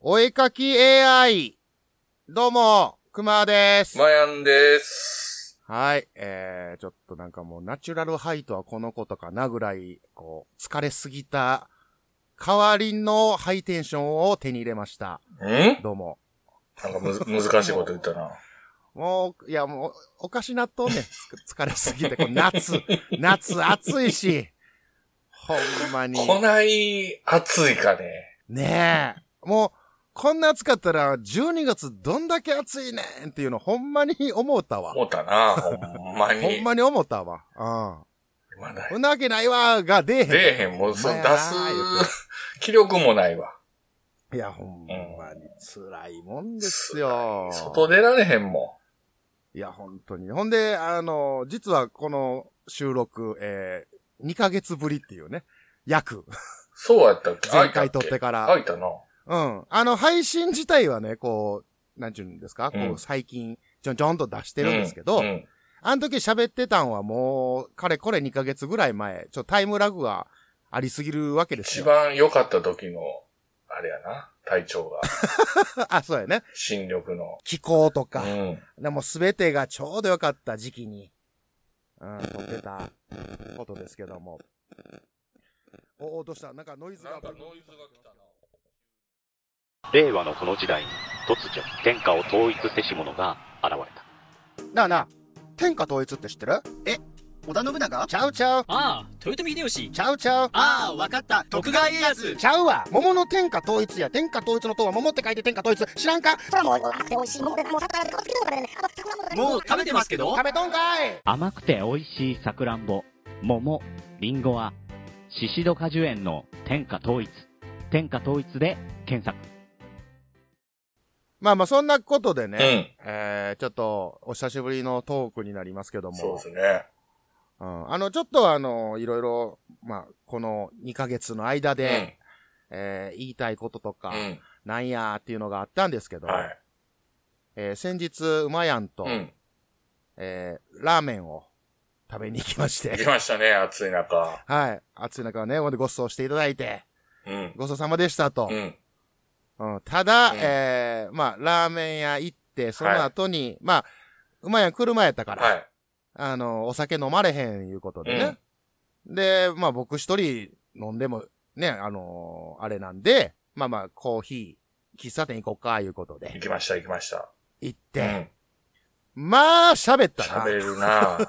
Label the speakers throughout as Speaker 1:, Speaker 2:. Speaker 1: お絵かき AI。どうも、くまです。
Speaker 2: まやんです。
Speaker 1: はい。えー、ちょっとなんかもうナチュラルハイとはこのことかなぐらい、こう、疲れすぎた代わりのハイテンションを手に入れました。
Speaker 2: んなん
Speaker 1: どうも。
Speaker 2: かむず、 難しいこと言ったな。
Speaker 1: もう、いやもう、おかしなっとんねん。つ疲れすぎて、こう 夏、夏暑いし。ほんまに。
Speaker 2: こない、暑いかね。
Speaker 1: ねえ。もう、こんな暑かったら、12月どんだけ暑いねんっていうの、ほんまに思ったわ。
Speaker 2: 思ったな、ほんまに。
Speaker 1: ほんまに思ったわ。うん。
Speaker 2: まだ
Speaker 1: そんなわけないわーが出えへん。
Speaker 2: 出えへん、もう、そう
Speaker 1: ほ
Speaker 2: 出
Speaker 1: んまやな
Speaker 2: す
Speaker 1: ー言う、
Speaker 2: 気力もないわ。
Speaker 1: ていや、ほんまに辛いもんですよ。
Speaker 2: 外出られへんも
Speaker 1: いや、本当に。ほんで、あの、実はこの収録、えー、2ヶ月ぶりっていうね。約。
Speaker 2: ん。そうやったっけ
Speaker 1: 前回撮っ
Speaker 2: 開い
Speaker 1: てから。
Speaker 2: た開いたな。
Speaker 1: うん。あの、配信自体はね、こう、なんちゅうんですか、
Speaker 2: う
Speaker 1: こ
Speaker 2: ん
Speaker 1: う、最近、ちょんちょんと出してるんですけど、
Speaker 2: うんうん
Speaker 1: あの時喋ってたんはもう、かれこれ2ヶ月ぐらい前、ちょ、タイムラグがありすぎるわけです
Speaker 2: 一
Speaker 1: よ。
Speaker 2: 番良かった時の、あれやな、体調が。
Speaker 1: あ、そうやね。
Speaker 2: 新緑の。
Speaker 1: 気候と
Speaker 2: う
Speaker 1: か、
Speaker 2: ん。
Speaker 1: でもすべてがちょうど良かった時期に、うん、撮ってたことですけども。おお、どうしたなんかノイズが。
Speaker 3: 令和のこの時代に突如天下を統一せし者が現れた
Speaker 1: なあなあ、天下統一って知ってる
Speaker 4: 織田信長
Speaker 1: ちゃうちゃう、
Speaker 5: ああ豊臣秀吉
Speaker 1: ちゃうちゃう。
Speaker 5: ああわかった徳川家康
Speaker 1: ちゃうわ桃の天下統一や天下統一の塔は桃って書いて天下統一知らんか
Speaker 6: それはもう甘くて美味しいものでもう桜でこつけても食べれないあの桜も食べれない
Speaker 5: もう食べてますけど
Speaker 1: 食べとんかい
Speaker 7: 甘くて美味しいさくらんぼ、桃、りんごは、シシド果樹園の天下統一。天下統一で検索。
Speaker 1: まあまあそんなことで
Speaker 2: う
Speaker 1: ね、
Speaker 2: ん。
Speaker 1: えー、ちょっとお久しぶりのトークになりますけども
Speaker 2: そうですね。
Speaker 1: うん、あのちょっとあのいろいろ、まあ、この2ヶ月の間
Speaker 2: う
Speaker 1: で、
Speaker 2: ん。
Speaker 1: えー言いたいこととか、
Speaker 2: うん。
Speaker 1: なんやーっていうのがあったんですけど、
Speaker 2: はい。
Speaker 1: えー先日うまやんと、
Speaker 2: うん。
Speaker 1: えーラーメンを食べに行きまし
Speaker 2: 行き
Speaker 1: て
Speaker 2: ましたね、暑い中。
Speaker 1: はい暑い中ねほんでご馳走していただいて
Speaker 2: うん。
Speaker 1: ごちそうさまでしたと、
Speaker 2: うん。
Speaker 1: うん、ただ、
Speaker 2: うん
Speaker 1: えーまあ、ラーメン屋行って、その後に、まあ、うまいやん車やったから、
Speaker 2: はい。
Speaker 1: あの、お酒飲まれへんいうことでね。で、まあ僕一人飲んでも、ね、あのーあれなんで、まあまあ、コーヒー、喫茶店行こうか、いうこと
Speaker 2: 行
Speaker 1: で、
Speaker 2: きました、行きました。
Speaker 1: 行っ
Speaker 2: う
Speaker 1: て、
Speaker 2: ん。
Speaker 1: まあ、喋ったな。
Speaker 2: 喋れるな ぁ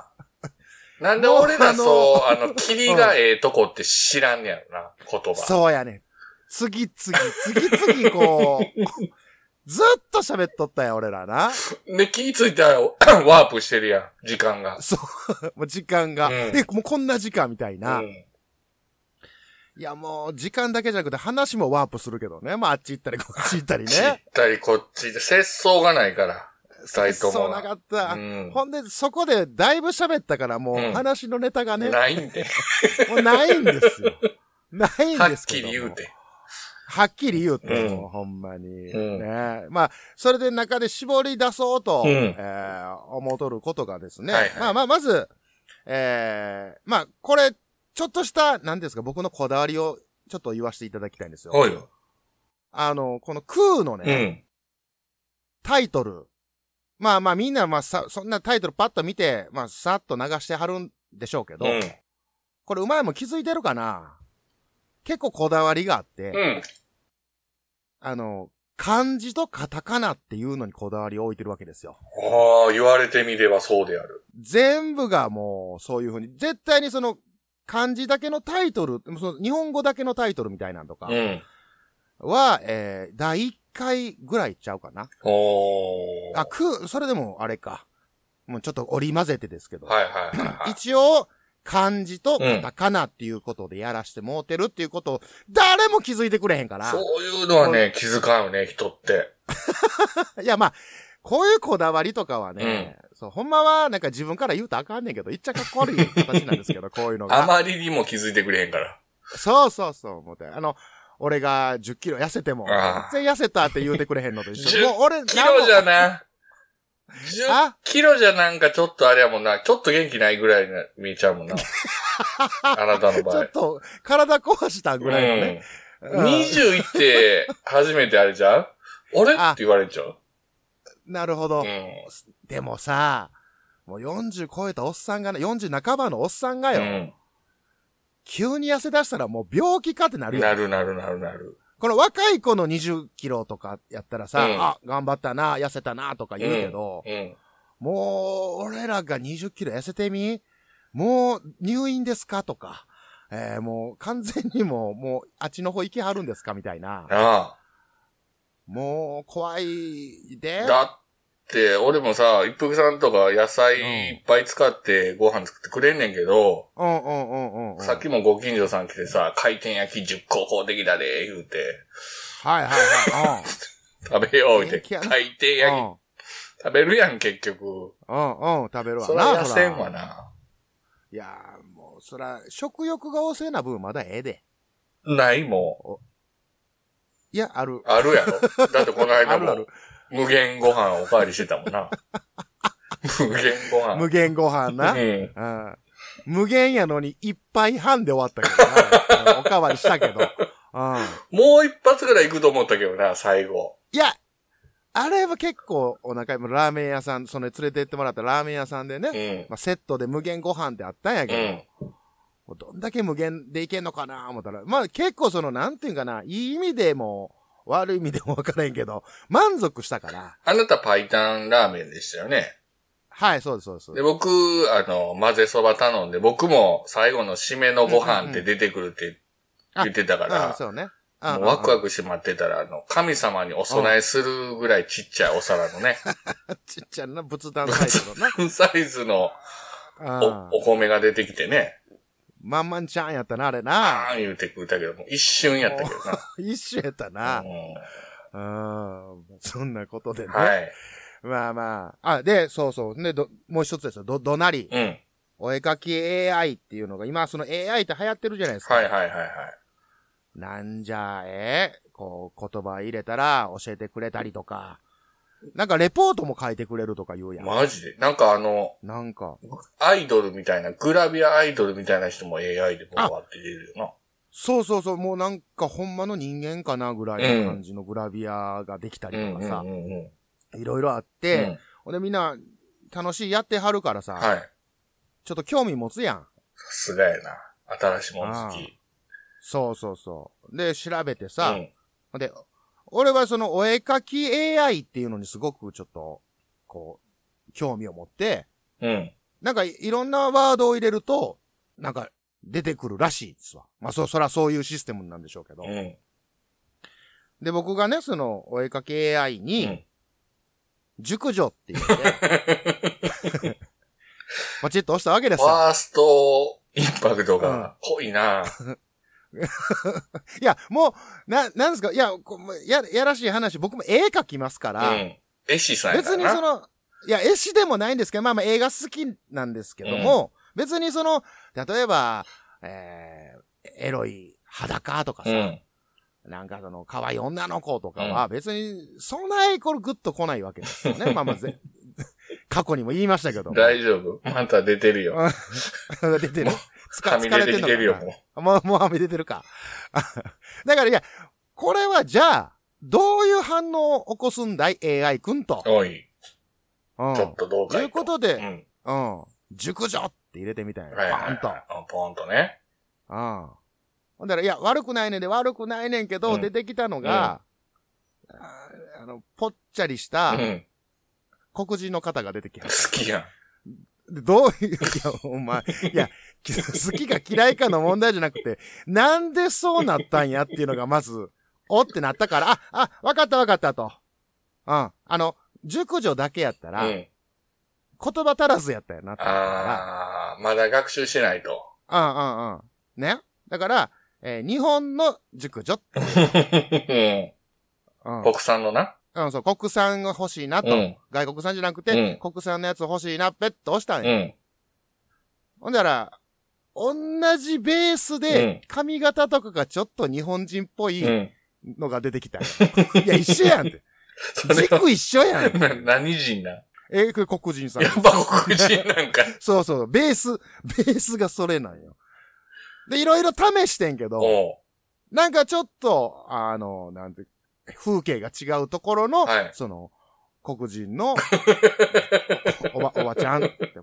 Speaker 2: なんで俺らそう、あの、霧がええとこって知らんねやろな、言葉。
Speaker 1: そうやね。次々、次々こう、 ずっと喋っとったや、俺らな。
Speaker 2: で、気ぃついたら、ワープしてるやん、時間が。
Speaker 1: そう、もう時間が、
Speaker 2: うん
Speaker 1: え、もうこんな時間みたいな。
Speaker 2: うん
Speaker 1: いや、もう、時間だけじゃなくて、話もワープするけどね。まあ、あっち行ったり、こっち行ったり
Speaker 2: ちっ
Speaker 1: ね。
Speaker 2: たりこっちで、節操がないから。二人と
Speaker 1: そう
Speaker 2: も
Speaker 1: なか
Speaker 2: が。
Speaker 1: った。
Speaker 2: うん
Speaker 1: ほんで、そこで、だいぶ喋ったから、もう
Speaker 2: う、ん
Speaker 1: 話のネタがね、
Speaker 2: ないんで。
Speaker 1: もうないんですよ。ないん
Speaker 2: はっ
Speaker 1: ですけ
Speaker 2: き
Speaker 1: ど
Speaker 2: り
Speaker 1: も
Speaker 2: 言う。て。
Speaker 1: はっきり言うて、
Speaker 2: うん
Speaker 1: もうほんまに。
Speaker 2: うん
Speaker 1: ねまあ、それで中で絞り出そうと、
Speaker 2: うん
Speaker 1: えー思うとることがですね。
Speaker 2: はいはい
Speaker 1: まあまあ、まず、えー、まあ、これ、ちょっとした、なんですか、僕のこだわりを、ちょっと言わせていただきたいんですよ。
Speaker 2: おいよ。
Speaker 1: あの、この空のね、
Speaker 2: うん。
Speaker 1: タイトル。まあまあみんなまあさ、そんなタイトルパッと見て、まあさっと流してはるんでしょうけど、
Speaker 2: うん。
Speaker 1: これうまいもん気づいてるかな結構こだわりがあって、
Speaker 2: うん。
Speaker 1: あの、漢字とカタカナっていうのにこだわりを置いてるわけですよ。
Speaker 2: ああ、言われてみればそうである。
Speaker 1: 全部がもうそういうふうに、絶対にその漢字だけのタイトル、その日本語だけのタイトルみたいなんとか
Speaker 2: うん。
Speaker 1: は、えー、第1回ぐらいちゃうかな。
Speaker 2: おー。
Speaker 1: あ、く、それでもあれか。もうちょっと織り混ぜてですけど。
Speaker 2: はいはいはいはい。
Speaker 1: 一応、漢字とカタカナっていうことでやらしてもうてるっていうことを、誰も気づいてくれへんから。
Speaker 2: そういうのはね、気づかんよね、人って。
Speaker 1: いや、まあ、こういうこだわりとかはね、そう、ほんまは、なんか自分から言うとあかんねんけど、言っちゃかっこ悪い形なんですけ ど、こういうの
Speaker 2: あ
Speaker 1: が。
Speaker 2: まりにも気づいてくれへんから。
Speaker 1: そうそうそう、思って。あの、俺が10キロ痩せても
Speaker 2: あ、ー
Speaker 1: 全然痩せたって言うてくれへんのと一緒。
Speaker 2: 10
Speaker 1: もう俺、
Speaker 2: キロじ
Speaker 1: なん
Speaker 2: ゃ
Speaker 1: も
Speaker 2: な。10キロじゃなんかちょっとあれやもんな。ちょっと元気ないぐらいに見えちゃう もんな。あなたの場
Speaker 1: ちょ
Speaker 2: 合
Speaker 1: っ。と、体壊したぐらいのね。
Speaker 2: うん。20いって初めてあれじゃうあれ
Speaker 1: あ
Speaker 2: って言われちゃう。
Speaker 1: なるほど
Speaker 2: う。ん。
Speaker 1: でもさ、もう40超えたおっさんがね、40半ばのおっさんが
Speaker 2: う
Speaker 1: よ、
Speaker 2: ん。
Speaker 1: 急に痩せ出したらもう病気かってなるよ。
Speaker 2: なるなるなるなる。
Speaker 1: この若い子の20キロとかやったらさ、
Speaker 2: うん
Speaker 1: あ、頑張ったな、痩せたな、とか言うけど、
Speaker 2: うん。
Speaker 1: もう、俺らが20キロ痩せてみもう、入院ですかとか、えーもう、完全にもう、もう、あっちの方行きはるんですかみたいな。
Speaker 2: な
Speaker 1: もう、怖いで
Speaker 2: あ。。だって、俺もさ、一服さんとか野菜いっぱい使ってご飯作ってくれんねんけど、
Speaker 1: うんうんうんうんうん。
Speaker 2: さっきもご近所さん来てさ、回転焼き10個こうできたで、言うて、
Speaker 1: はいはいはい。
Speaker 2: 食べよう、言うて。
Speaker 1: 元気やな
Speaker 2: 回転
Speaker 1: う
Speaker 2: 焼き
Speaker 1: ん。
Speaker 2: 食べるやん、結局。
Speaker 1: うん、うん、食べるわな。
Speaker 2: そら痩
Speaker 1: そ
Speaker 2: せ
Speaker 1: ら
Speaker 2: んわな。
Speaker 1: いやー、もう、そら、食欲が旺盛な分まだええで。
Speaker 2: ないも
Speaker 1: いや、ある
Speaker 2: ん。。あるやろ。だってこの間
Speaker 1: あるあ
Speaker 2: も
Speaker 1: る、
Speaker 2: 無限ご飯おかわりしてたも んな。無限ご飯。
Speaker 1: 無限ご飯な。
Speaker 2: うん。
Speaker 1: うん無限やのに一杯半で終わったけ どな、うんおかわりしたけど。うん。
Speaker 2: もう一発ぐらい行くと思ったけどな、最後。
Speaker 1: いや、あれは結構お腹いっぱいラーメン屋さん、その連れて行ってもらったラーメン屋さんでね、
Speaker 2: うん。
Speaker 1: まあ、セットで無限ご飯ってあったんや
Speaker 2: う
Speaker 1: けど、
Speaker 2: ん。
Speaker 1: もうどんだけ無限でいけんのかな思ったら、まあ結構その、なんていうんかな、いい意味でも、悪い意味でもわからへんけど、満足したから。
Speaker 2: あなたパイタンラーメンでしたよね。
Speaker 1: はい、そうです、そうです。
Speaker 2: で、僕、あの、混ぜそば頼んで、僕も最後の締めのご飯って出てくるって言ってたか
Speaker 1: うん、
Speaker 2: ら、
Speaker 1: そうね。うん
Speaker 2: もうワクワクして待ってたら、あの、神様にお供えするぐらいちっちゃいお 皿のね、
Speaker 1: うんうん ちっちゃな仏壇サイズの
Speaker 2: サイズの
Speaker 1: な。
Speaker 2: お
Speaker 1: うん
Speaker 2: お米が出てきてね、
Speaker 1: まんまんちゃんやったな、あれ
Speaker 2: あ
Speaker 1: な。
Speaker 2: ーん言うてくれたけども、一瞬やったけどな。
Speaker 1: 一緒やったな
Speaker 2: う。ん
Speaker 1: うん。そんなことでね。
Speaker 2: はい。
Speaker 1: まあまあ。あ、で、そうそう。で、ど、もう一つですよ。ど、どなり。
Speaker 2: うん。
Speaker 1: お絵描き AI っていうのが、今その AI って流行ってるじゃないですか。
Speaker 2: はいはいはいはい。
Speaker 1: なんじゃえ、こう、言葉入れたら教えてくれたりとか。なんかレポートも書いてくれるとか言うやん。
Speaker 2: マジで。なんかあの、
Speaker 1: なんか、
Speaker 2: アイドルみたいな、グラビアアイドルみたいな人も AI でバーって出るよ
Speaker 1: そうそうそう、もうなんかほんまの人間かなぐらいの感じのグラビアができた
Speaker 2: な。う
Speaker 1: り
Speaker 2: ん
Speaker 1: と
Speaker 2: う
Speaker 1: かさ
Speaker 2: ん、うんうん。
Speaker 1: いろいろあっ
Speaker 2: う
Speaker 1: て、
Speaker 2: ん
Speaker 1: ほんでみんな楽しいやってはるからさ、
Speaker 2: はい。さ
Speaker 1: ちょっと興味持つやん。
Speaker 2: すがやな。新しいもの好き。
Speaker 1: そうそうそう。で、調べてさ、
Speaker 2: うん
Speaker 1: ほんで、俺はそのお絵描き AI っていうのにすごくちょっと、こう、興味を持って、
Speaker 2: うん。
Speaker 1: なんかいいろんなワードを入れると、なんか出てくるらしいですわ。まあそ、そらそういうシステムなんでしょうけど。
Speaker 2: うん。
Speaker 1: で、僕がね、その、お絵描き AI に、
Speaker 2: うん
Speaker 1: 熟女って言って、パチッと押したわけです
Speaker 2: フ
Speaker 1: よ。
Speaker 2: ァーストインパクトが濃いな。
Speaker 1: いや、もう、な、なんですか、いや、こもうや、やらしい話、僕も絵描きますか
Speaker 2: う
Speaker 1: ら、
Speaker 2: ん。絵師さんやか
Speaker 1: 別
Speaker 2: ら
Speaker 1: に
Speaker 2: な。
Speaker 1: その、いや、絵師でもないんですけど、まあまあ映画好きなんですけども、別にその、例えば、えー、エロい裸とかさ、
Speaker 2: うん。
Speaker 1: なんかその、可愛い女の子とかは、別に、そんなにこれグッと来ないわけですよ ね。まあまあぜ、過去にも言いましたけども。
Speaker 2: 大丈夫また出てるよ。
Speaker 1: 出てる。疲
Speaker 2: 髪
Speaker 1: 疲れて
Speaker 2: 出て
Speaker 1: ん
Speaker 2: き
Speaker 1: の
Speaker 2: てるよ、
Speaker 1: か
Speaker 2: も
Speaker 1: なもう、もうはみ出てるか。 だからいや、これはじゃあ、どういう反応を起こすんだい ?AI 君と。
Speaker 2: う。おい、
Speaker 1: うん。
Speaker 2: ちょっとどうか
Speaker 1: ということで、
Speaker 2: うん。
Speaker 1: うん。熟女って入れてみたいな。
Speaker 2: はいはいはい。
Speaker 1: バ
Speaker 2: うんポンとね。
Speaker 1: ーンと。うん。ほんだら、いや、悪くないねんで、悪くないねんけど、
Speaker 2: うん
Speaker 1: 出てきたのが、あーあの、ぽっちゃりした
Speaker 2: う、ん。
Speaker 1: 黒人の方が出てきま
Speaker 2: 好
Speaker 1: す。
Speaker 2: きやん。
Speaker 1: でどういう、いや、お前、いや、き好きか嫌いかの問題じゃなくて、なんでそうなったんやっていうのが、まず、おってなったから、あ、あ、わかったわかったと。うん。あの、熟女だけやったら、
Speaker 2: うん。
Speaker 1: 言葉足らずやったよなってなったから、
Speaker 2: あー、まだ学習してないと。
Speaker 1: うんうんうん。ね。だから、えー日本の熟女。
Speaker 2: うん
Speaker 1: うん。
Speaker 2: 国産のな。
Speaker 1: うん、そう、国産が欲しいなと。
Speaker 2: うん。
Speaker 1: 外国産じゃなくて、
Speaker 2: う
Speaker 1: 国産のやつ欲しいな、ペッと押したん
Speaker 2: う
Speaker 1: や。
Speaker 2: ん。
Speaker 1: ほんだら、同じベース
Speaker 2: うん
Speaker 1: で、髪型とかがちょっと日本人っぽい
Speaker 2: うん。
Speaker 1: のが出てきたんや。いや、一緒やんって。
Speaker 2: それは
Speaker 1: 軸一緒や ん。
Speaker 2: な何人な
Speaker 1: え、これ黒人さん
Speaker 2: や。っぱ黒人なんか。
Speaker 1: そうそう、ベース、ベースがそれなんよ。で、いろいろ試してんけど、
Speaker 2: おう
Speaker 1: なんかちょっと、あの、なんて、風景が違うところの、
Speaker 2: はい
Speaker 1: その、黒人の、お ば、おばちゃんって、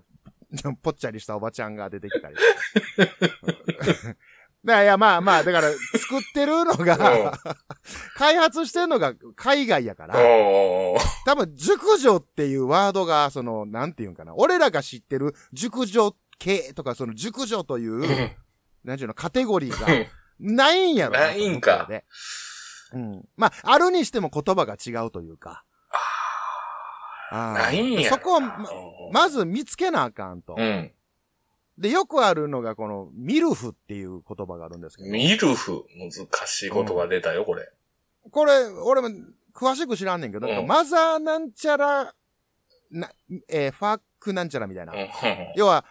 Speaker 1: ぽっちゃりしたおばちゃんが出てきたりとか。だ からいや、まあまあ、だから、作ってるの
Speaker 2: うん
Speaker 1: が、開発してるのが海外やか
Speaker 2: お
Speaker 1: ら、
Speaker 2: ーおー
Speaker 1: 多分、熟女っていうワードが、その、なんていうんかな。俺らが知ってる熟女系とか、その熟女と いう、なんちゅうの、カテゴリーが、ないんやろ。
Speaker 2: ないんか
Speaker 1: と思ったので。うん。まあ、あるにしても言葉が違うというか。あー
Speaker 2: ないんやろな
Speaker 1: そこをま、まず見つけなあかんと。
Speaker 2: うん。
Speaker 1: で、よくあるのが、この、ミルフっていう言葉があるんですけど。
Speaker 2: ミルフ。難しい言葉出たよ、これ。
Speaker 1: これ、俺も、詳しく知らんねんけど、
Speaker 2: うん
Speaker 1: マザーなんちゃら、な、えーファックなんちゃらみたいな。
Speaker 2: うん。
Speaker 1: 要は、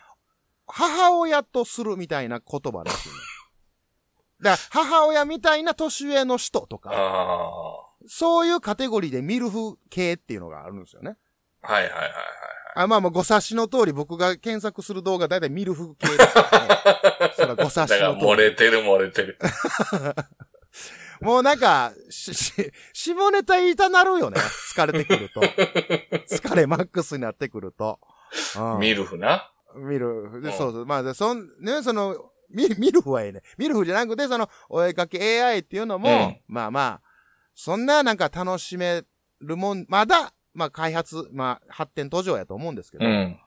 Speaker 1: 母親とするみたいな言葉らしいね。だから、母親みたいな年上の人と
Speaker 2: あ
Speaker 1: か、
Speaker 2: あ。
Speaker 1: そういうカテゴリーでミルフ系っていうのがあるんですよね。
Speaker 2: はいはいはいはい。
Speaker 1: あまあまあ、ご察しの通り、僕が検索する動画、だいたいミルフ系 ですからねそらご察
Speaker 2: だ
Speaker 1: し
Speaker 2: から
Speaker 1: の通り。
Speaker 2: 漏れてる漏れてる。
Speaker 1: もうなんか、し、し、下ネタ言いたなるよね。疲れてく ると。疲れマックスになってくると。うん
Speaker 2: ミルフな。
Speaker 1: 見る。で
Speaker 2: うん
Speaker 1: そうそう。まあ、でそん、ね、その、見、 見る方はええね。見る方じゃなくて、その、お絵かき AI っていうのも、
Speaker 2: うん
Speaker 1: まあまあ、そんななんか楽しめるもん、まだ、まあ開発、まあ発展途上やと思うんですけ
Speaker 2: う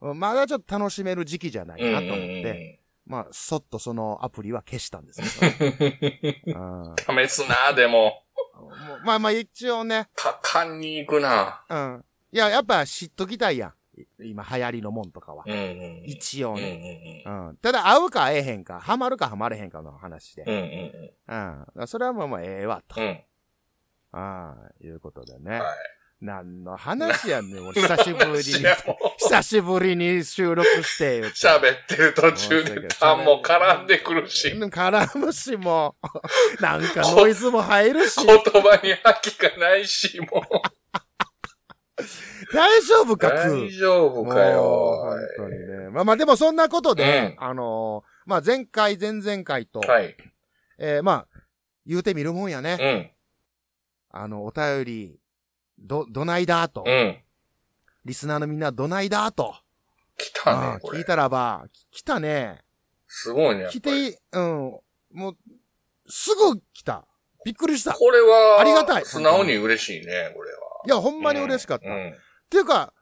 Speaker 1: ど、
Speaker 2: ん。
Speaker 1: まだちょっと楽しめる時期じゃな
Speaker 2: う
Speaker 1: い
Speaker 2: んう
Speaker 1: なんと思って、まあ、そっとそのアプリは消したんです け
Speaker 2: う
Speaker 1: ど、うん
Speaker 2: ん。試すな、でも。
Speaker 1: もうまあまあ一応ね、
Speaker 2: 果敢に行くな。
Speaker 1: うん。いや、やっぱ知っときたいやん。い今流行りのもんとかは
Speaker 2: う。んうん。
Speaker 1: 一応
Speaker 2: うんうん
Speaker 1: ね。うん。ただ、合うか合えへんか、ハマるかハマれへんかの話で。
Speaker 2: うん。うんうん
Speaker 1: うん。だからそれはまあまあええわ、と。
Speaker 2: うん。うん。
Speaker 1: ああ、いうことでね。
Speaker 2: はい
Speaker 1: 何の話やねん、俺久しぶりに。
Speaker 2: いやもう
Speaker 1: 久しぶりに収録して、言うて
Speaker 2: 喋ってる途中でタンも絡んでくるし、
Speaker 1: うん絡むしも、 なんかノイズも入るし
Speaker 2: 言、葉に覇気がないし、もう。
Speaker 1: 大丈夫か、ク
Speaker 2: 大
Speaker 1: ー。
Speaker 2: 丈
Speaker 1: も
Speaker 2: 夫
Speaker 1: う
Speaker 2: かよ。
Speaker 1: 本当にね。まあまあでもそんなことで、
Speaker 2: う
Speaker 1: あのーまあ前回、前々回と、
Speaker 2: はい。
Speaker 1: えーまあ、言うてみるもんやね。
Speaker 2: うん。
Speaker 1: あの、お便り、ど、どないだと、
Speaker 2: うん。
Speaker 1: リスナーのみんなどないだと。
Speaker 2: 来た
Speaker 1: あ
Speaker 2: ね
Speaker 1: あ、
Speaker 2: こ
Speaker 1: 聞い
Speaker 2: れ。
Speaker 1: たらば、き来たね。
Speaker 2: すごいね。
Speaker 1: 来てい、うん。もう、すぐ来た。びっくりした。
Speaker 2: これは、
Speaker 1: ありがたい
Speaker 2: 素直に嬉しいね、これは。
Speaker 1: いや、ほ
Speaker 2: ほ
Speaker 1: んまに嬉しかった。
Speaker 2: う
Speaker 1: っ
Speaker 2: ん。
Speaker 1: ていうか、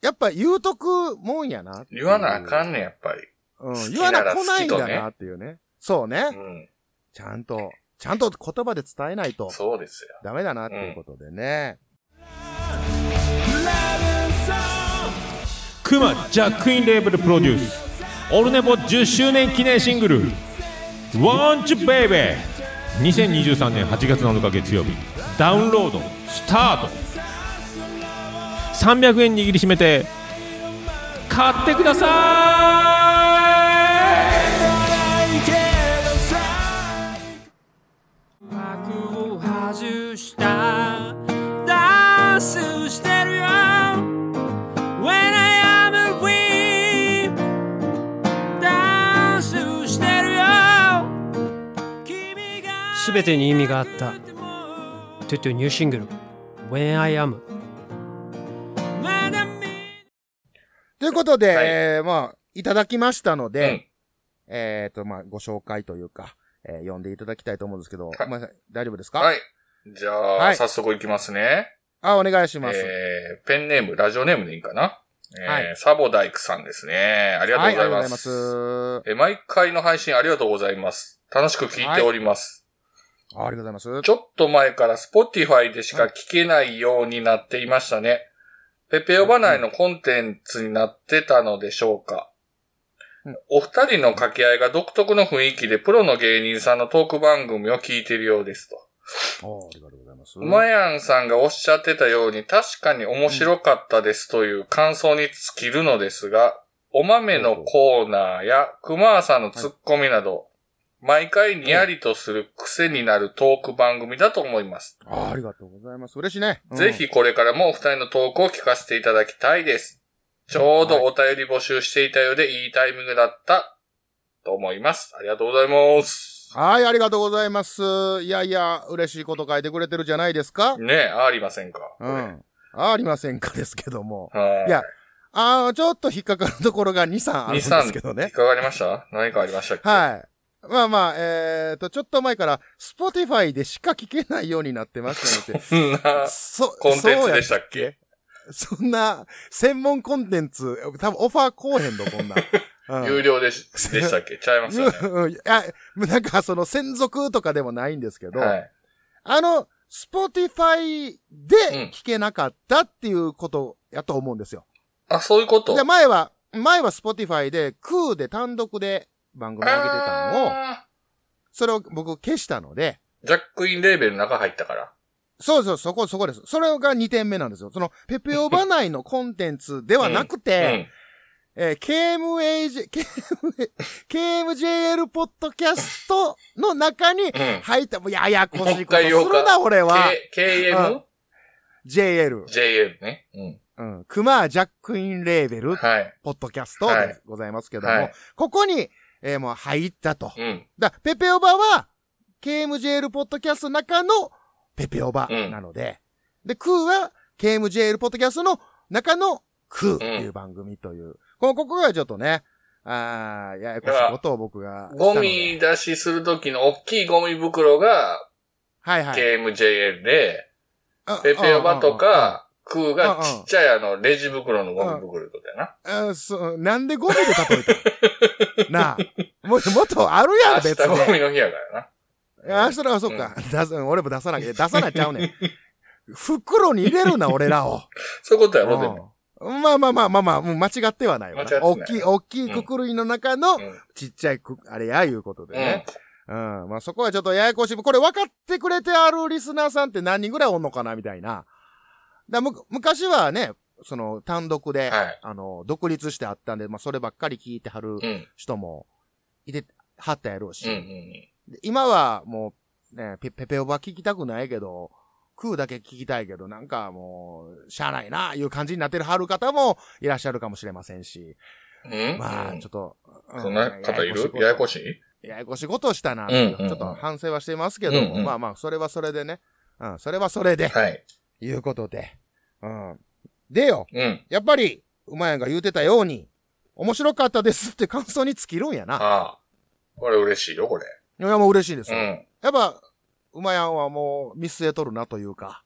Speaker 1: やっぱ言うとくもんやなっていう
Speaker 2: 言わなあかんねん、やっぱり。
Speaker 1: うん。
Speaker 2: き
Speaker 1: 言わ
Speaker 2: な
Speaker 1: な
Speaker 2: ら
Speaker 1: 来ないんだ
Speaker 2: 好きと
Speaker 1: な
Speaker 2: ね
Speaker 1: っていうね。そうね、
Speaker 2: うん。
Speaker 1: ちゃんと、ちゃんと言葉で伝えないと
Speaker 2: そうですよ。
Speaker 1: ダメだなっていうことでね。
Speaker 4: クマジャックインレーブルプロデュースオルネポ10周年記念シングル「Won't You Baby」2023年8月7日月曜日ダウンロードスタート300円握りしめて買ってください
Speaker 8: 幕を外したダンスしてるよ When I am a queen ダンスしてるよ
Speaker 9: すべてに意味があったトゥトゥニューシングル「When I Am」
Speaker 8: まだ見
Speaker 1: ということで、
Speaker 2: はい
Speaker 1: えーまあ、いただきましたので、
Speaker 2: うん
Speaker 1: えっ、と、まあ、ご紹介というか、えー読んでいただきたいと思うんですけど、
Speaker 2: はい
Speaker 1: まあ大丈夫ですか
Speaker 2: はい。じゃ
Speaker 1: は
Speaker 2: あ、
Speaker 1: い
Speaker 2: 早速いきますね。
Speaker 1: あ、お願いします。
Speaker 2: えー、ペンネーム、ラジオネームでいいかな。
Speaker 1: は
Speaker 2: えー、サボダイクさんですね。ありがとうございます。
Speaker 1: はい、
Speaker 2: えー毎回の配信ありがとうございます。楽しく聞いております。
Speaker 1: ありがとうございます。ありがとうございます。
Speaker 2: ちょっと前から Spotify でしか聞けないようになっていましたね。ペペオバナイのコンテンツになってたのでしょうか
Speaker 1: うん。
Speaker 2: お二人の掛け合いが独特の雰囲気でプロの芸人さんのトーク番組を聞いているようですと。
Speaker 1: おーありがとうございます。
Speaker 2: うまやんさんがおっしゃってたように確かに面白かったですという感想に尽きるのですが、お豆のコーナーやクマーさんのツッコミなど、毎回にやりとする癖になるトーク番組だと思います。
Speaker 1: あーありがとうございます。嬉しいね。うん
Speaker 2: ぜ。ひこれからもお二人のトークを聞かせていただきたいです。ちょうどお便り募集していたようでいいタイミングだったと思います。ありがとうございます。
Speaker 1: はい、ありがとうございます。いやいや、嬉しいこと書いてくれてるじゃないですか
Speaker 2: ねえ、ありませんか。
Speaker 1: うん。あありませんかですけども。
Speaker 2: はい
Speaker 1: いや、ああ、ちょっと引っかかるところが2、3あるんで
Speaker 2: 二三
Speaker 1: すけどね
Speaker 2: い。かがりました何かありましたっけ
Speaker 1: はい。まあまあ、えーと、ちょっと前から、スポティファイでしか聞けないようになってますので、
Speaker 2: そん な
Speaker 1: そ、
Speaker 2: コンテン
Speaker 1: そう
Speaker 2: ツ
Speaker 1: や
Speaker 2: でしたっけ
Speaker 1: そんな、専門コンテンツ、多分オファーこうへんの、こんなん。うん
Speaker 2: 有料 でしでしたっけちゃいますよね。
Speaker 1: うんいや、なんかその専属とかでもないんですけど、
Speaker 2: はい。
Speaker 1: あの、スポティファイ
Speaker 2: うん
Speaker 1: で聞けなかったっていうことやと思うんですよ。
Speaker 2: あ、そういうこと
Speaker 1: で、前は、前はスポティファイで、クーで単独で番組上げてたのを、
Speaker 2: あ
Speaker 1: それを僕消したので、
Speaker 2: ージャックインレーベルの中入ったから。
Speaker 1: そうそう、そこ、そこです。それが2点目なんですよ。その、ペペオバ内のコンテンツではなくて、えー KMAJ、KM KMJL ポッドキャストの中に
Speaker 2: うん。うん。
Speaker 1: 入った、もうややこしい
Speaker 2: もう一
Speaker 1: こと
Speaker 2: 回
Speaker 1: す
Speaker 2: 言おうか
Speaker 1: るな、俺は。
Speaker 2: K、KM?
Speaker 1: う JL。
Speaker 2: JL ね。うん。
Speaker 1: うん。クマージャックインレーベル、
Speaker 2: はい。
Speaker 1: ポッドキャスト
Speaker 2: は
Speaker 1: で
Speaker 2: い
Speaker 1: ございますけども、
Speaker 2: はい。
Speaker 1: ここに、えーもう入ったと。
Speaker 2: うん。
Speaker 1: だ、ペペオバは、KMJL ポッドキャストの中のペペオバなので、で、クーは、KMJL ポッドキャストの中のクーっていう番組という。この、ここがちょっとね、あー、ややこしいことを僕がしたの
Speaker 2: ゴ
Speaker 1: で。
Speaker 2: ミ出しするときの大きいゴミ袋が
Speaker 1: はいはい。
Speaker 2: KMJL で、
Speaker 1: あ
Speaker 2: ペペオバと、か、クー
Speaker 1: うんう
Speaker 2: が
Speaker 1: ん
Speaker 2: ちっちゃいあの、レジ袋のゴミ袋ってことやな。
Speaker 1: ああああそう、なんでゴミで例 えたのなあ。もう、もっとあるやん、
Speaker 2: 明
Speaker 1: 別
Speaker 2: 日ゴ
Speaker 1: に。
Speaker 2: ミの日やから
Speaker 1: いや明日の、あ、そっか。出す、俺も出さなきゃ、出さなちゃうねん。袋に入れるな、俺らを。
Speaker 2: な。そういうことやろ、でも。
Speaker 1: うんまあまあまあまあまあ、うん間違ってはないわな。
Speaker 2: 間違って
Speaker 1: 大
Speaker 2: ない
Speaker 1: きい、大きいくくりの中の
Speaker 2: うん
Speaker 1: ちっちゃいく、あれやいうことで
Speaker 2: うん
Speaker 1: ね。。うん。まあそこはちょっとややこしい。これ分かってくれてあるリスナーさんって何人ぐらいおんのかなみたいな。だむ昔はね、その単独で、
Speaker 2: はい
Speaker 1: あの、独立してあったんで、まあそればっかり聞いてはる
Speaker 2: うん。
Speaker 1: 人もいて、はったやろうし。
Speaker 2: うんうん
Speaker 1: で今はもう、ね、ペペペオバ聞きたくないけど、空だけ聞きたいけど、なんかもう、しゃあないな、いう感じになってるはる方もいらっしゃるかもしれませんし。
Speaker 2: うん。うん
Speaker 1: まあ、
Speaker 2: うん
Speaker 1: ちょっと、う
Speaker 2: そんな方いるや
Speaker 1: や
Speaker 2: や
Speaker 1: や
Speaker 2: こ
Speaker 1: こしい
Speaker 2: しい
Speaker 1: ことややこしいことをしたなっていう、
Speaker 2: うんうんうん
Speaker 1: ちょっと反省はしてますけども、
Speaker 2: うんうん
Speaker 1: まあまあ、それはそれでね。うん、それはそれで、
Speaker 2: はい。
Speaker 1: いうことで。うん。でよ、
Speaker 2: うん。
Speaker 1: やっぱり、うまやんが言うてたように、面白かったですって感想に尽きるんやな。
Speaker 2: ああ。これ嬉しいよ、これ。
Speaker 1: いや、もう嬉しいです
Speaker 2: う
Speaker 1: よ。
Speaker 2: ん。
Speaker 1: やっぱ、馬やんはもう見据えとるなというか、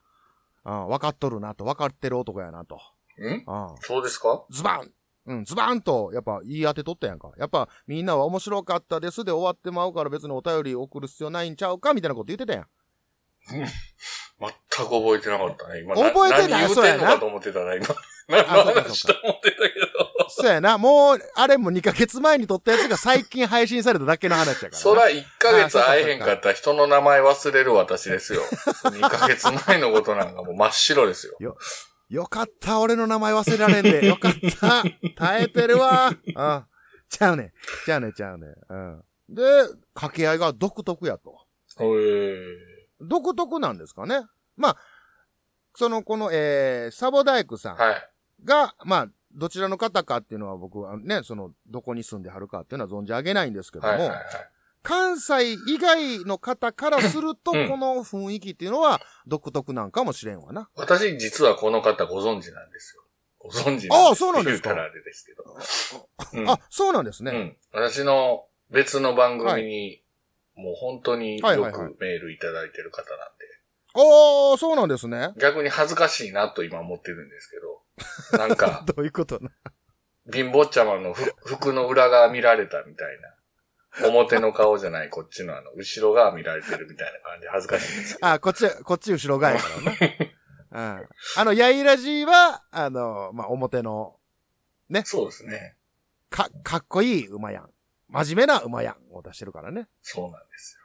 Speaker 1: うん、分かっとるなと、分かってる男やなと。
Speaker 2: うん
Speaker 1: うん、
Speaker 2: そうですか
Speaker 1: ズバンうん、ズバンと、やっぱ言い当てとったやんか。やっぱ、みんなは面白かったですで終わってまうから別にお便り送る必要ないんちゃうかみたいなこと言ってたやん。
Speaker 2: 全く覚えてなかったね。今
Speaker 1: 覚えてない
Speaker 2: 何言
Speaker 1: そ
Speaker 2: うてんの
Speaker 1: うや
Speaker 2: か
Speaker 1: な
Speaker 2: と思ってたな、今。何の
Speaker 1: そうか
Speaker 2: 話
Speaker 1: そう
Speaker 2: と思ってたけど。
Speaker 1: そうやな。もう、あれも2ヶ月前に撮ったやつが最近配信されただけの話やからな。
Speaker 2: そら、1ヶ月会えへんかったら人の名前忘れる私で すよ。2ヶ月前のことなんかもう真っ白ですよ。
Speaker 1: よかった、俺の名前忘れられんで。 よかった。耐えてるわ。うん。ちゃうね。ちゃうね、ちゃうね。うん。で、掛け合いが独特やと。
Speaker 2: へえ
Speaker 1: 独特なんですかね。まあ、その、この、えー、サボダイクさん
Speaker 2: はい。
Speaker 1: が、まあ、どちらの方かっていうのは僕はね、その、どこに住んではるかっていうのは存じ上げないんですけども、
Speaker 2: はいはいはい。
Speaker 1: 関西以外の方からすると、
Speaker 2: うん
Speaker 1: この雰囲気っていうのは独特なんかもしれんわな。
Speaker 2: 私、実はこの方ご存知なんですよ。ご存知
Speaker 1: ああそうなんですか
Speaker 2: って言うたらあれですけど。うん
Speaker 1: あ、そうなんですね。
Speaker 2: うん。私の別の番組に、もう本当によ
Speaker 1: はいはいはい
Speaker 2: くメールいただいてる方なんで、
Speaker 1: おー、そうなんですね。
Speaker 2: 逆に恥ずかしいなと今思ってるんですけど、な んか、
Speaker 1: どういうことな
Speaker 2: 貧乏ちゃまのふ服の裏側見られたみたいな。表の顔じゃない、こっちのあの、後ろ側見られてるみたいな感じで恥ずかしいんですよ。
Speaker 1: あ、こっち、こっち後ろ側や からな。うん。あの、ヤイラジは、あの、まあ、表の、
Speaker 2: そうですね。
Speaker 1: か、かっこいい馬やん。真面目な馬やんを出してるからね。
Speaker 2: そうなんです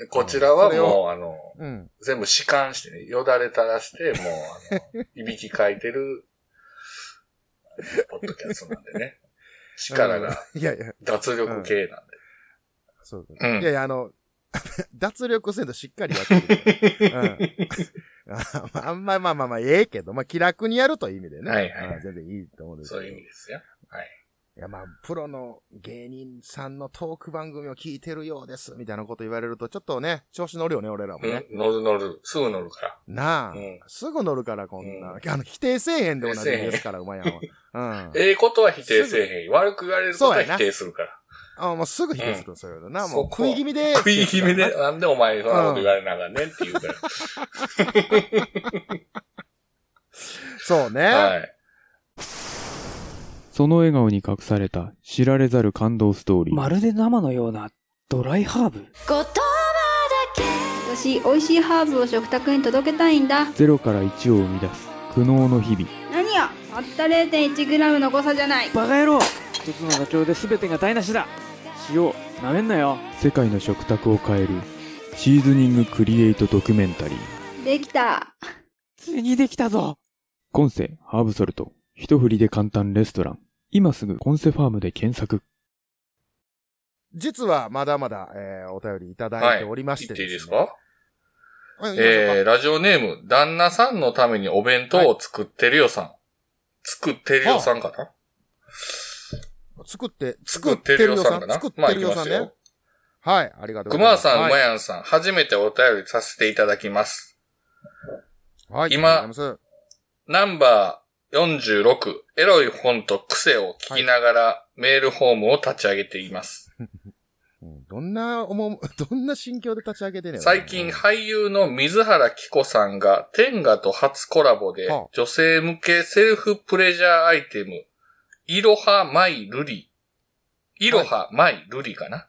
Speaker 2: よ。でこちらは
Speaker 1: うんそれ
Speaker 2: もう、あの、
Speaker 1: うん。
Speaker 2: 全部弛緩してね、よだれ垂らして、も う、あの、いびきかいてる、ポッドキャストなんでね。力が、
Speaker 1: うん。いやいや、
Speaker 2: 脱力系なんで。
Speaker 1: そうそう。
Speaker 2: うん
Speaker 1: いやいや、あの、 脱力せんとしっかりやってるから。うん。あ まああんまりまあまあまあ、ええけど、まあ気楽にやるという意味でね。
Speaker 2: はいはい
Speaker 1: うん全然いいと思うんですけ
Speaker 2: そ
Speaker 1: ど。
Speaker 2: ういう意味ですよ。
Speaker 1: いやまあ、プロの芸人さんのトーク番組を聞いてるようです、みたいなこと言われると、ちょっとね、調子乗るよね、俺らも
Speaker 2: うん
Speaker 1: ね。
Speaker 2: 乗る乗る。すぐ乗るから。
Speaker 1: なあ、
Speaker 2: うん
Speaker 1: すぐ乗るから、こんな。
Speaker 2: う
Speaker 1: あの、否定せえへんでおなじみですから、馬やんは。うん。
Speaker 2: ええことは否定せえへん。悪く言われることは
Speaker 1: そうやな
Speaker 2: 否定するから。
Speaker 1: あもうすぐ否定する、そういうのな。
Speaker 2: そ
Speaker 1: もう
Speaker 2: こ
Speaker 1: 食い気味で。
Speaker 2: 食い気味で、 なんでお前そんなこと言われながらねんって言う か
Speaker 1: そうね。
Speaker 2: ら。はい。
Speaker 10: その笑顔に隠された知られざる感動ストーリー。
Speaker 8: るで生のようなドライハーブ
Speaker 6: 私美味しいハーブを食卓に届けたいんだ
Speaker 10: ゼロから1を生み出す苦悩の日々。
Speaker 6: 何やあった 0.1g の誤差じゃない
Speaker 8: バカ野郎一つの妥協で全てが台無しだ塩なめんなよ
Speaker 10: 世界の食卓を変えるシーズニングクリエイトドキュメンタリー。
Speaker 6: できた
Speaker 8: ついにできたぞ
Speaker 10: コンセハーブソルト。一振りで簡単レストラン。今すぐコンセファームで検索。
Speaker 1: 実はまだまだ、えー、お便りいただいておりまし
Speaker 2: 言
Speaker 1: て、
Speaker 2: っていいですか
Speaker 1: うん言いましょうか
Speaker 2: えー、ラジオネーム、旦那さんのためにお弁当を作ってるよさん。作ってるよさんかな
Speaker 1: 作って、
Speaker 2: 作ってるよさんかな
Speaker 1: 作っ
Speaker 2: まあ
Speaker 1: て
Speaker 2: 行
Speaker 1: る
Speaker 2: き
Speaker 1: よ
Speaker 2: ま
Speaker 1: さん
Speaker 2: す
Speaker 1: ね
Speaker 2: よ。。
Speaker 1: はい、ありがとうござい
Speaker 2: 熊
Speaker 1: ます。
Speaker 2: さん、
Speaker 1: は
Speaker 2: 馬
Speaker 1: い
Speaker 2: やんさん、初めてお便りさせていただきます。
Speaker 1: はい、
Speaker 2: 今
Speaker 1: ありがとうございます
Speaker 2: ナンバー46、エロい本と癖を聞きながらメールフォームを立ち上げています。
Speaker 1: うんどんな思う、 どんな心境で立ち上げてんねん
Speaker 2: 最近、俳優の水原希子さんが、天下と初コラボで
Speaker 1: はあ、
Speaker 2: 女性向けセルフプレジャーアイテム、イロハマイルリ。イロハマイルリかな、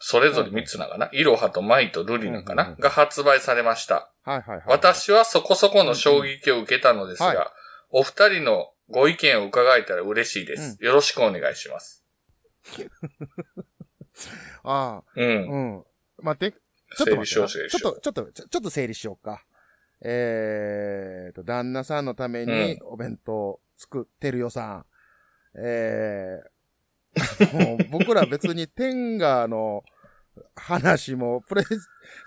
Speaker 2: それぞれ3つなのかなイロハとマイとルリなのか
Speaker 1: うんうん
Speaker 2: な
Speaker 1: うん
Speaker 2: が発売されました。
Speaker 1: はいはいはい。。
Speaker 2: 私はそこそこの衝撃を受けたのですが、
Speaker 1: うんうんは
Speaker 2: お二人のご意見を伺えたら嬉しいです。よろしくお願いします。
Speaker 1: あ
Speaker 2: う
Speaker 1: あ、
Speaker 2: ん。
Speaker 1: うん。待って、ちょっ
Speaker 2: 整
Speaker 1: と
Speaker 2: 理し
Speaker 1: 待
Speaker 2: よ
Speaker 1: ってな。
Speaker 2: う、整理
Speaker 1: ちょ
Speaker 2: し
Speaker 1: っ
Speaker 2: よう。
Speaker 1: と、ちょっと、ちょちょっと整理しようか。えーと、旦那さんのためにお弁当作ってるよさん。えー、 もう僕ら別に天下の話も、プレ、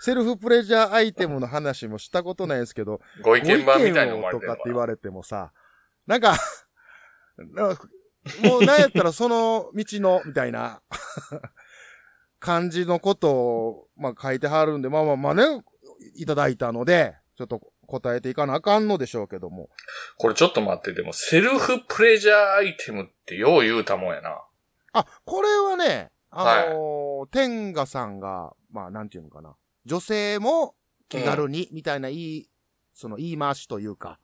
Speaker 1: セルフプレジャーアイテムの話もしたことないですけど、
Speaker 2: ご
Speaker 1: ご
Speaker 2: 意見番みたいなの
Speaker 1: 意見
Speaker 2: もある
Speaker 1: をとかって
Speaker 2: け
Speaker 1: 言
Speaker 2: ど。
Speaker 1: われてもさ、なんか、 なんかもうなんやったらその道の、みたいな、感じのことを、まあ書いてはるんで、まあまあまあね、いただいたので、ちょっと答えていかなあかんのでしょうけども。
Speaker 2: これちょっと待って、でも、セルフプレジャーアイテムってよう言うたもんやな。
Speaker 1: あ、これはね、あのー天下さんが、まあなんていうのかな、女性も気軽に、みたいないい、その言い回しというか、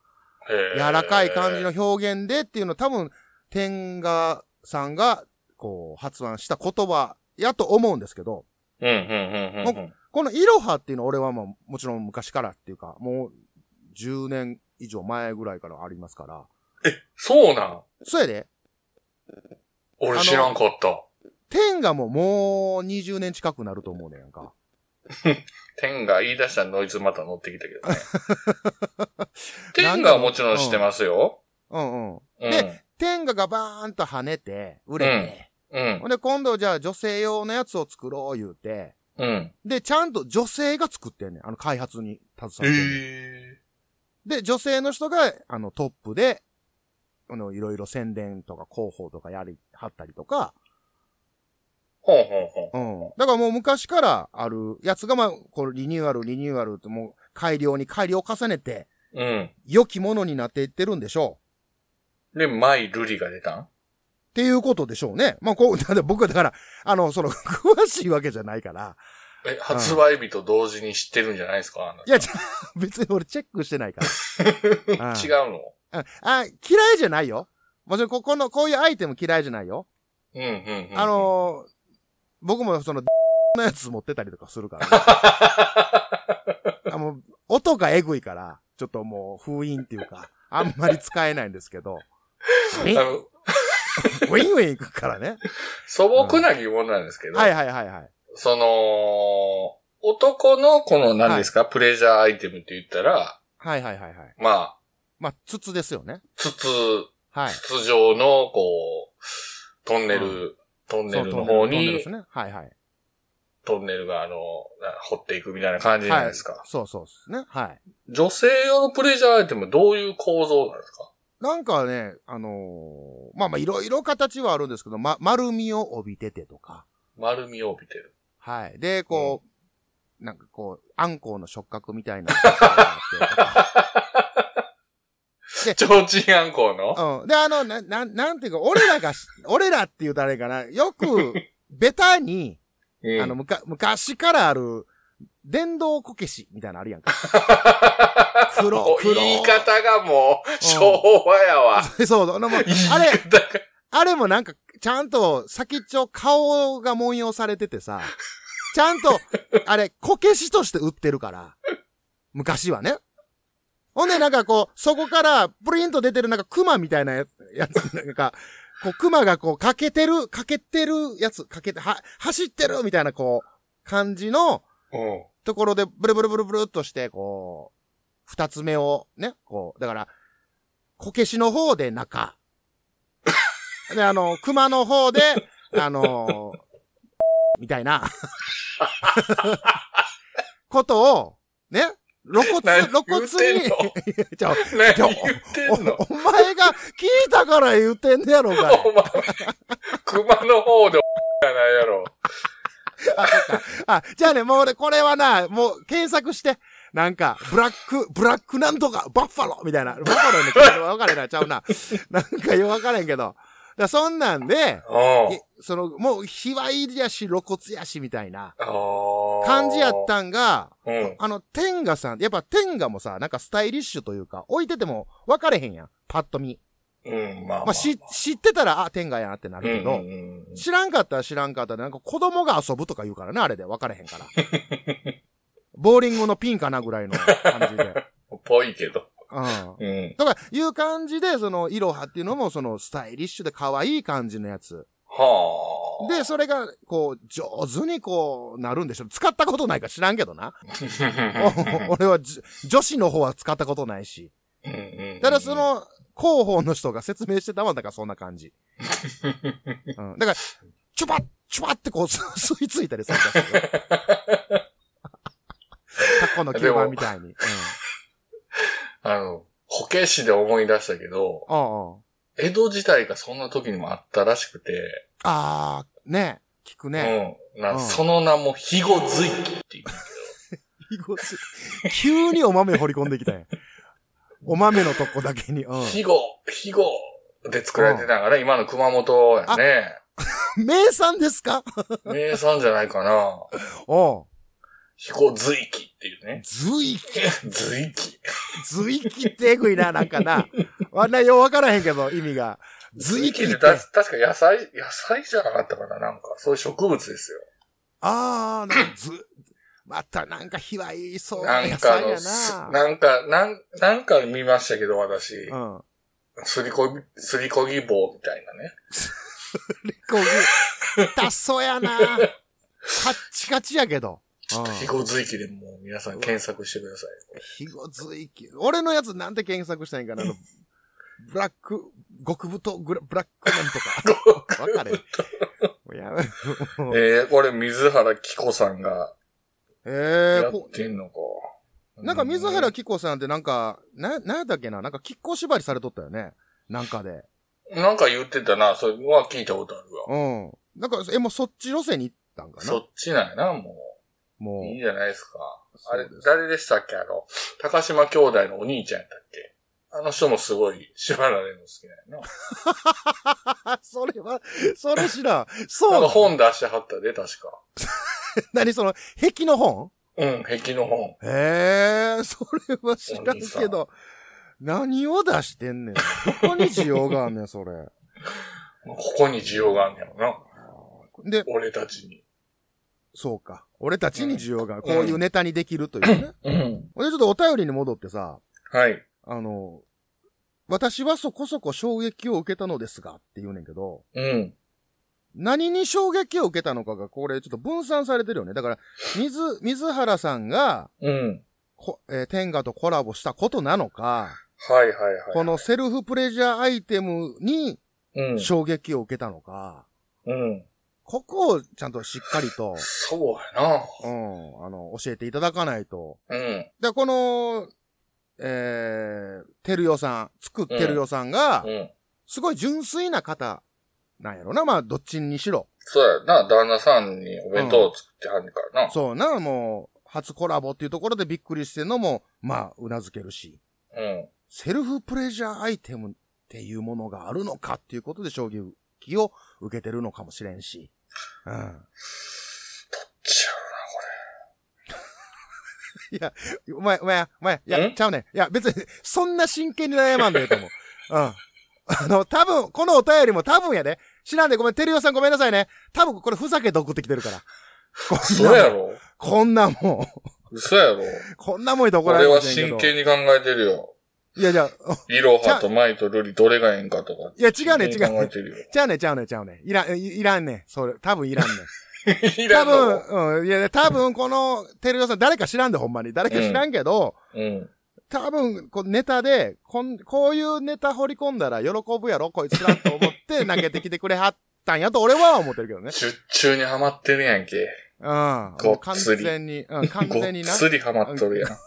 Speaker 2: へー
Speaker 1: 柔らかい感じの。表現でっていうのは多分、天下さんが、こう、発案した言葉やと思うんですけど、
Speaker 2: うん、うん、うん、うんうん。
Speaker 1: このイロハっていうのは俺はまあ、もちろん昔からっていうか、もう、10年以上前ぐらいからありますから。
Speaker 2: そうなん
Speaker 1: そやで、
Speaker 2: 俺知らんかった。
Speaker 1: 天下ももう20年近くなると思うねんやんか。
Speaker 2: 天が言い出したノイズまた乗ってきたけどね。
Speaker 1: なんか
Speaker 2: 天がはもちろん知ってますよ。
Speaker 1: うんうん。
Speaker 2: うん。
Speaker 1: で天下がバーンと跳ねて、売れて、
Speaker 2: うん
Speaker 1: ほ。んで今度じゃあ女性用のやつを作ろう言うて、
Speaker 2: うん。
Speaker 1: で、ちゃんと女性が作ってんねん。あの、開発に携わって
Speaker 2: え
Speaker 1: んねん。
Speaker 2: え。
Speaker 1: で、女性の人が、あの、トップで、あの、いろいろ宣伝とか広報とかやり、はったりとか、
Speaker 2: ほんほんほん。
Speaker 1: うん。だからもう昔からあるやつが、まあ、これリニューアル、リニューアルってもう改良に改良を重ねて、
Speaker 2: うん。
Speaker 1: 良きものになっていってるんでしょう。
Speaker 2: で、マイルリが出たん
Speaker 1: っていうことでしょうね。まあ、こう、だ って僕はだから、あの、その、詳しいわけじゃないから。
Speaker 2: え、発売日と同時に知ってるんじゃないですかあの
Speaker 1: いや、じゃあ 別に俺チェックしてないから。あ
Speaker 2: 違うの
Speaker 1: ああ、嫌いじゃないよ。もちろん、ここの、こういうアイテム嫌いじゃないよ。
Speaker 2: うんうんうん。
Speaker 1: あ、 のー僕もその、 のやつ持ってたりとかするから、 あもう音がえぐいから、ちょっともう封印っていうか、あんまり使えないんですけ ど、ウィ
Speaker 2: あ
Speaker 1: ン
Speaker 2: の、
Speaker 1: ウィンウィンいくからね。
Speaker 2: 素朴な疑問なんですけど、
Speaker 1: はいはいはいはい。
Speaker 2: その、男のこの何ですか、プレジャーアイテムって言ったら、
Speaker 1: はいはいはいはい。
Speaker 2: まあ、
Speaker 1: まあ、筒ですよね。
Speaker 2: 筒、
Speaker 1: はい。
Speaker 2: 筒状の、こう、トンネル、トンネルの
Speaker 1: そ
Speaker 2: 方
Speaker 1: うトンネルトンネルで
Speaker 2: に
Speaker 1: す、ね。はいはい。
Speaker 2: トンネルがあの、な掘っていくみたいな感じじゃないですか。
Speaker 1: はいそうそうですね。はい。
Speaker 2: 女性用のプレジャーアイテムどういう構造なんですか
Speaker 1: なんかね、あのーまあまあいろいろ形はあるんですけど、ま、丸みを帯びててとか。
Speaker 2: 丸みを帯びてる。
Speaker 1: はい。で、こう、なんかこう、あんこうの触覚みたいなのがあってとか。
Speaker 2: ちょうちんあんこうの
Speaker 1: うん。で、あの、な、な、なんていうか、俺らがし、 俺らっていう誰かな、よく、ベタ に、あの、むか、昔からある、電動こけしみたいなのあるやん か。黒、黒。
Speaker 2: 言い方がもう、昭和や わ。
Speaker 1: そうそう、あのもうあれ、あれもなんか、ちゃんと先っちょ顔が文様されててさ、ちゃんと、あれ、こけしとして売ってるから、昔はね。ほんで、なんかこう、そこから、ブリンと出てるなんか熊みたいなややつ、なんか、こう、熊がこう、かけてる、かけてるやつ、かけて、は、走ってるみたいなこう、感じの、ところで、ブルブルブルブルっとして、こう、二つ目を、ね、こう、だから、こけしの方で 中。で、あの、熊の方で、あの、みたい な、ことを、ね、露骨、
Speaker 2: 何
Speaker 1: 露骨に、
Speaker 2: 言
Speaker 1: ちょ
Speaker 2: 何
Speaker 1: ちょ
Speaker 2: 言ってんの
Speaker 1: おお前が聞いたから言ってんねやろが。
Speaker 2: お前、熊の方で、じゃないやろ。
Speaker 1: あ、そっかあ、じゃあね、もう俺、これはな、もう検索して、なんか、ブラック、ブラックなんとか、バッファローみたいな、バッファローの聞い分かれな、ちゃうな。なんかよく分からへんけど。だからそんなんで、
Speaker 2: うん
Speaker 1: いその、もう、卑猥やし、露骨やし、みたいな
Speaker 2: あー
Speaker 1: 感じやったんが、
Speaker 2: うん。
Speaker 1: あの、天ガさん、やっぱ天ガもさ、なんかスタイリッシュというか、置いてても分かれへんやん。パッと見。
Speaker 2: うん、まあ、まあ。
Speaker 1: まあ、し、知ってたら、あ、天ガやなってな
Speaker 2: うん
Speaker 1: るけ
Speaker 2: う
Speaker 1: ど、
Speaker 2: んうん
Speaker 1: 知らんかったら知らんかったで、なんか子供が遊ぶとか言うからね、あれで分かれへん から。ボーリングのピンかなぐらいの感 じで。
Speaker 2: ぽいけど。
Speaker 1: うん。
Speaker 2: うん。
Speaker 1: とか、いう感じで、その、イロハっていうのも、その、スタイリッシュで可愛い感じのやつ。
Speaker 2: は
Speaker 1: で、それが、こう、上手にこう、なるんでしょ。使ったことないから知らんけどな。お 俺はじ、女子の方は使ったことないし。
Speaker 2: あ。うんうんうん
Speaker 1: ただそ、の、広報の人が説明してたもんだからそんな感じ。うん。だから、チュパッ、チュパッってこう、す 吸い付いたりするんですよ。 タコの吸盤みたいに。うん。
Speaker 2: あの、保健師で思い出したけど、
Speaker 1: ああ。
Speaker 2: 江戸時代がそんな時にもあったらしくて、
Speaker 1: ああ、ね聞くね。
Speaker 2: うん。な
Speaker 1: うん
Speaker 2: その名も、肥後随記っていう。
Speaker 1: 急にお豆掘り込んできたやん。お豆のとこだけに。うん。
Speaker 2: 肥後、肥後で作られてたから、今の熊本やね。
Speaker 1: 名産ですか
Speaker 2: 名産じゃないかな。
Speaker 1: おう。
Speaker 2: 肥後随記っていうね。
Speaker 1: 随気、
Speaker 2: 随記。
Speaker 1: 随気ってえぐいな、なんかな。あんなようわからへんけど、意味が。随
Speaker 2: 随
Speaker 1: 気
Speaker 2: 記
Speaker 1: っ
Speaker 2: っててた確か野菜、野菜じゃなかったかななんか、そういう植物ですよ。
Speaker 1: ああ、なんかず、 またなんか卑猥そうな
Speaker 2: なん
Speaker 1: 野
Speaker 2: か
Speaker 1: 菜
Speaker 2: の
Speaker 1: や
Speaker 2: す、
Speaker 1: な。
Speaker 2: なんか、なん、なんか見ましたけど、私。
Speaker 1: うん。
Speaker 2: すりこぎ、すりこぎ棒みたいなね。
Speaker 1: こう、痛そうやな。カッチカチやけど。
Speaker 2: ちょっと、肥後随記でもう皆さん検索してください。
Speaker 1: ひごずいき。俺のやつなんて検索したんやんかな。あのブラック、極太グラ、ブラックなんとか。わかれ。もうやめろ
Speaker 2: えー、これ水原希子さんが
Speaker 1: えー、
Speaker 2: やっ
Speaker 1: こ
Speaker 2: てんのか。
Speaker 1: なんか水
Speaker 2: う
Speaker 1: 原希子さんってなんか、な、なんやったっけななんか、亀甲縛りされとったよね。なんかで。
Speaker 2: なんか言ってたな、それは聞いたことあるわ。
Speaker 1: うん。なんか、え、もうそっち路線に行ったんか
Speaker 2: そ
Speaker 1: な
Speaker 2: っちなんやな、も
Speaker 1: も
Speaker 2: う。
Speaker 1: う
Speaker 2: いい。じゃないですか。あれ
Speaker 1: そうで、す
Speaker 2: 誰でしたっけあの、高島兄弟のお兄ちゃんやったっけあの人もすごい縛られるの好きなんやな。
Speaker 1: あ、それは、それ知らん。
Speaker 2: な
Speaker 1: そ
Speaker 2: ん
Speaker 1: う
Speaker 2: か
Speaker 1: な。
Speaker 2: 本出してはったで、確か。
Speaker 1: 何その、壁の本
Speaker 2: うん、壁の本。
Speaker 1: へえ、それは知らんけど、何を出してんねん。どこに需要があんねん、それ。
Speaker 2: ここに需要があんねやろな。
Speaker 1: で、
Speaker 2: 俺たちに。
Speaker 1: そうか。俺たちに需要がある、こういうネタにできるというね。
Speaker 2: うん。
Speaker 1: ほんで、ちょっとお便りに戻ってさ、
Speaker 2: はい。
Speaker 1: あの、私はそこそこ衝撃を受けたのですが、って言うねんけど、
Speaker 2: うん。
Speaker 1: 何に衝撃を受けたのかが、これちょっと分散されてるよね。だから、水、水原さんが、
Speaker 2: うん。
Speaker 1: こえー天下とコラボしたことなのか、
Speaker 2: はいはいはい。
Speaker 1: このセルフプレジャーアイテムに
Speaker 2: うん。
Speaker 1: 衝撃を受けたのか、
Speaker 2: うん。
Speaker 1: ここをちゃんとしっかりと、
Speaker 2: そうや
Speaker 1: うん、あの、教えていただかないと。
Speaker 2: な。うん。
Speaker 1: で、この、えー、てるよさん、つくてるよさんが
Speaker 2: う、ん。
Speaker 1: すごい純粋な方、なんやろな、まあ、どっちにしろ。
Speaker 2: そうやな、旦那さんにお弁当を作ってはんねんからな。
Speaker 1: そうな、もう、初コラボっていうところでびっくりしてんのも、まあ、うなずけるし、
Speaker 2: うん。
Speaker 1: セルフプレジャーアイテムっていうものがあるのかっていうことで衝撃を受けてるのかもしれんし。うん。
Speaker 2: ち
Speaker 1: お前、お前、お前、いや、
Speaker 2: ん
Speaker 1: ちゃうねん。いや、別に、そんな真剣に悩まんでええと思う。うん。 あの、多分、このお便りも多分やで。知らんで、ごめん、てるよさんごめんなさいね。多分、これふざけて送ってきてるから。こんな
Speaker 2: ゃう嘘やろ
Speaker 1: こんなもん、
Speaker 2: 嘘やろ
Speaker 1: こんなもん言うと怒られ
Speaker 2: 俺
Speaker 1: るかも
Speaker 2: は
Speaker 1: しれんけど
Speaker 2: 真剣に考えてるよ。
Speaker 1: いや、じゃあ、
Speaker 2: イロハとマイとルリどれがいいんかとか。
Speaker 1: いや、違うね、違う
Speaker 2: 真剣に考え
Speaker 1: ね。
Speaker 2: てるよ。
Speaker 1: ちゃうね、ちゃうね、ちゃうね。いらん、いいらんね。それ、多分いらんね。
Speaker 2: いら
Speaker 1: 多
Speaker 2: んの
Speaker 1: 分、うん。いや、多分、この、てるよさん、誰か知らんで、ほんまに。誰か知らんけど、
Speaker 2: うん。
Speaker 1: 多分、こうネタで、こん、こういうネタ掘り込んだら喜ぶやろこいつらと思って投げてきてくれはったんやと俺は思ってるけどね。
Speaker 2: 十中にハマってるやんけ。
Speaker 1: うん。もう完全に、うん、完
Speaker 2: ごっ
Speaker 1: 全にな。
Speaker 2: つりハマっとるやん。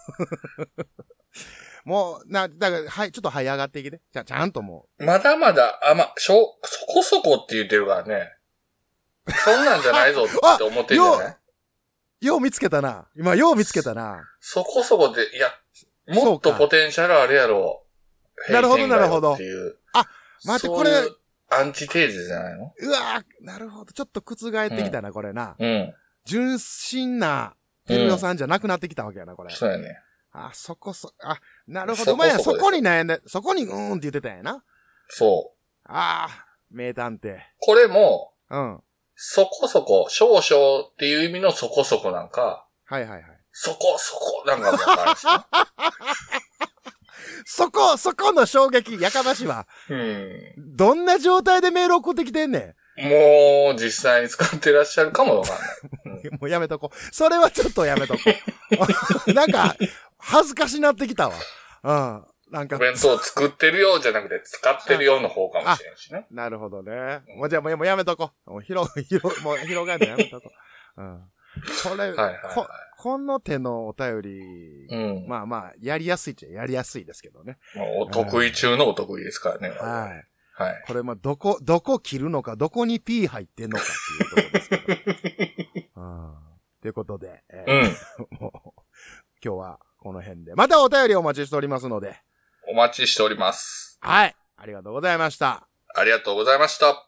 Speaker 1: もう、な、だから、はい、ちょっと這い上がってきて。じゃあ、ちゃんとも
Speaker 2: まだまだ、あ、ま、しょ、そこそこって言ってるからね。そんなんじゃないぞって思ってんじゃな
Speaker 1: あよ。
Speaker 2: いう
Speaker 1: よう見つけたな。今、よう見つけたな。
Speaker 2: そこそこって、いや、
Speaker 1: そ
Speaker 2: もっ
Speaker 1: うか
Speaker 2: とポテンシャルあるやろ。
Speaker 1: なるほど
Speaker 2: 閉店だよ
Speaker 1: なるほど
Speaker 2: っていう。
Speaker 1: あ、待って
Speaker 2: そういうアンチテーゼじゃないの
Speaker 1: うわーなるほど。ちょっと覆ってきたな、これな。
Speaker 2: うん。
Speaker 1: 純真な、てるよさんじゃなくなってきたわけやな、これ。
Speaker 2: そうやね。
Speaker 1: あ、そこそ、あ、なるほ
Speaker 2: そ
Speaker 1: ど。
Speaker 2: こ
Speaker 1: まあや、
Speaker 2: そこ
Speaker 1: そ
Speaker 2: です
Speaker 1: こに悩んで、そこにうーんって言ってたんやな。
Speaker 2: そう。
Speaker 1: ああ、名探偵。
Speaker 2: これも、
Speaker 1: うん。はい
Speaker 2: そこそこ、少々っていう意味のそこそこなんか、
Speaker 1: はいはい。
Speaker 2: そこそこなんかもわかるしな
Speaker 1: そこ、そこの衝撃、やかましいわ。
Speaker 2: うん。
Speaker 1: どんな状態でメール送ってきてんね
Speaker 2: もう、実際に使ってらっしゃるかもわかんない。
Speaker 1: ん。もうやめとこう。それはちょっとやめとこう。 なんか、恥ずかしなってきたわ。うん。なん
Speaker 2: お
Speaker 1: か、
Speaker 2: 弁当作ってるようじゃなくて、使ってるようの方かもしれんしね。
Speaker 1: なるほどね。もうじゃあもうもうやめとこう。もう広、広、もう広がるのやめとこう。うん。これ、
Speaker 2: はいはいはい
Speaker 1: こ、この手のお便り、
Speaker 2: うん。ま
Speaker 1: まあまあ、やりやすいっちゃやりやすいですけどね。
Speaker 2: あ、お得意中のお得意ですからね。
Speaker 1: はい。
Speaker 2: はい。
Speaker 1: これ、まあ、どこ、どこ切るのか、どこに P 入ってんのかっていうところですけど。うんということで、えー
Speaker 2: うん。
Speaker 1: もう今日はこの辺で、またお便りお待ちしておりますので、
Speaker 2: お待ちしております。
Speaker 1: はい、ありがとうございました。
Speaker 2: ありがとうございました。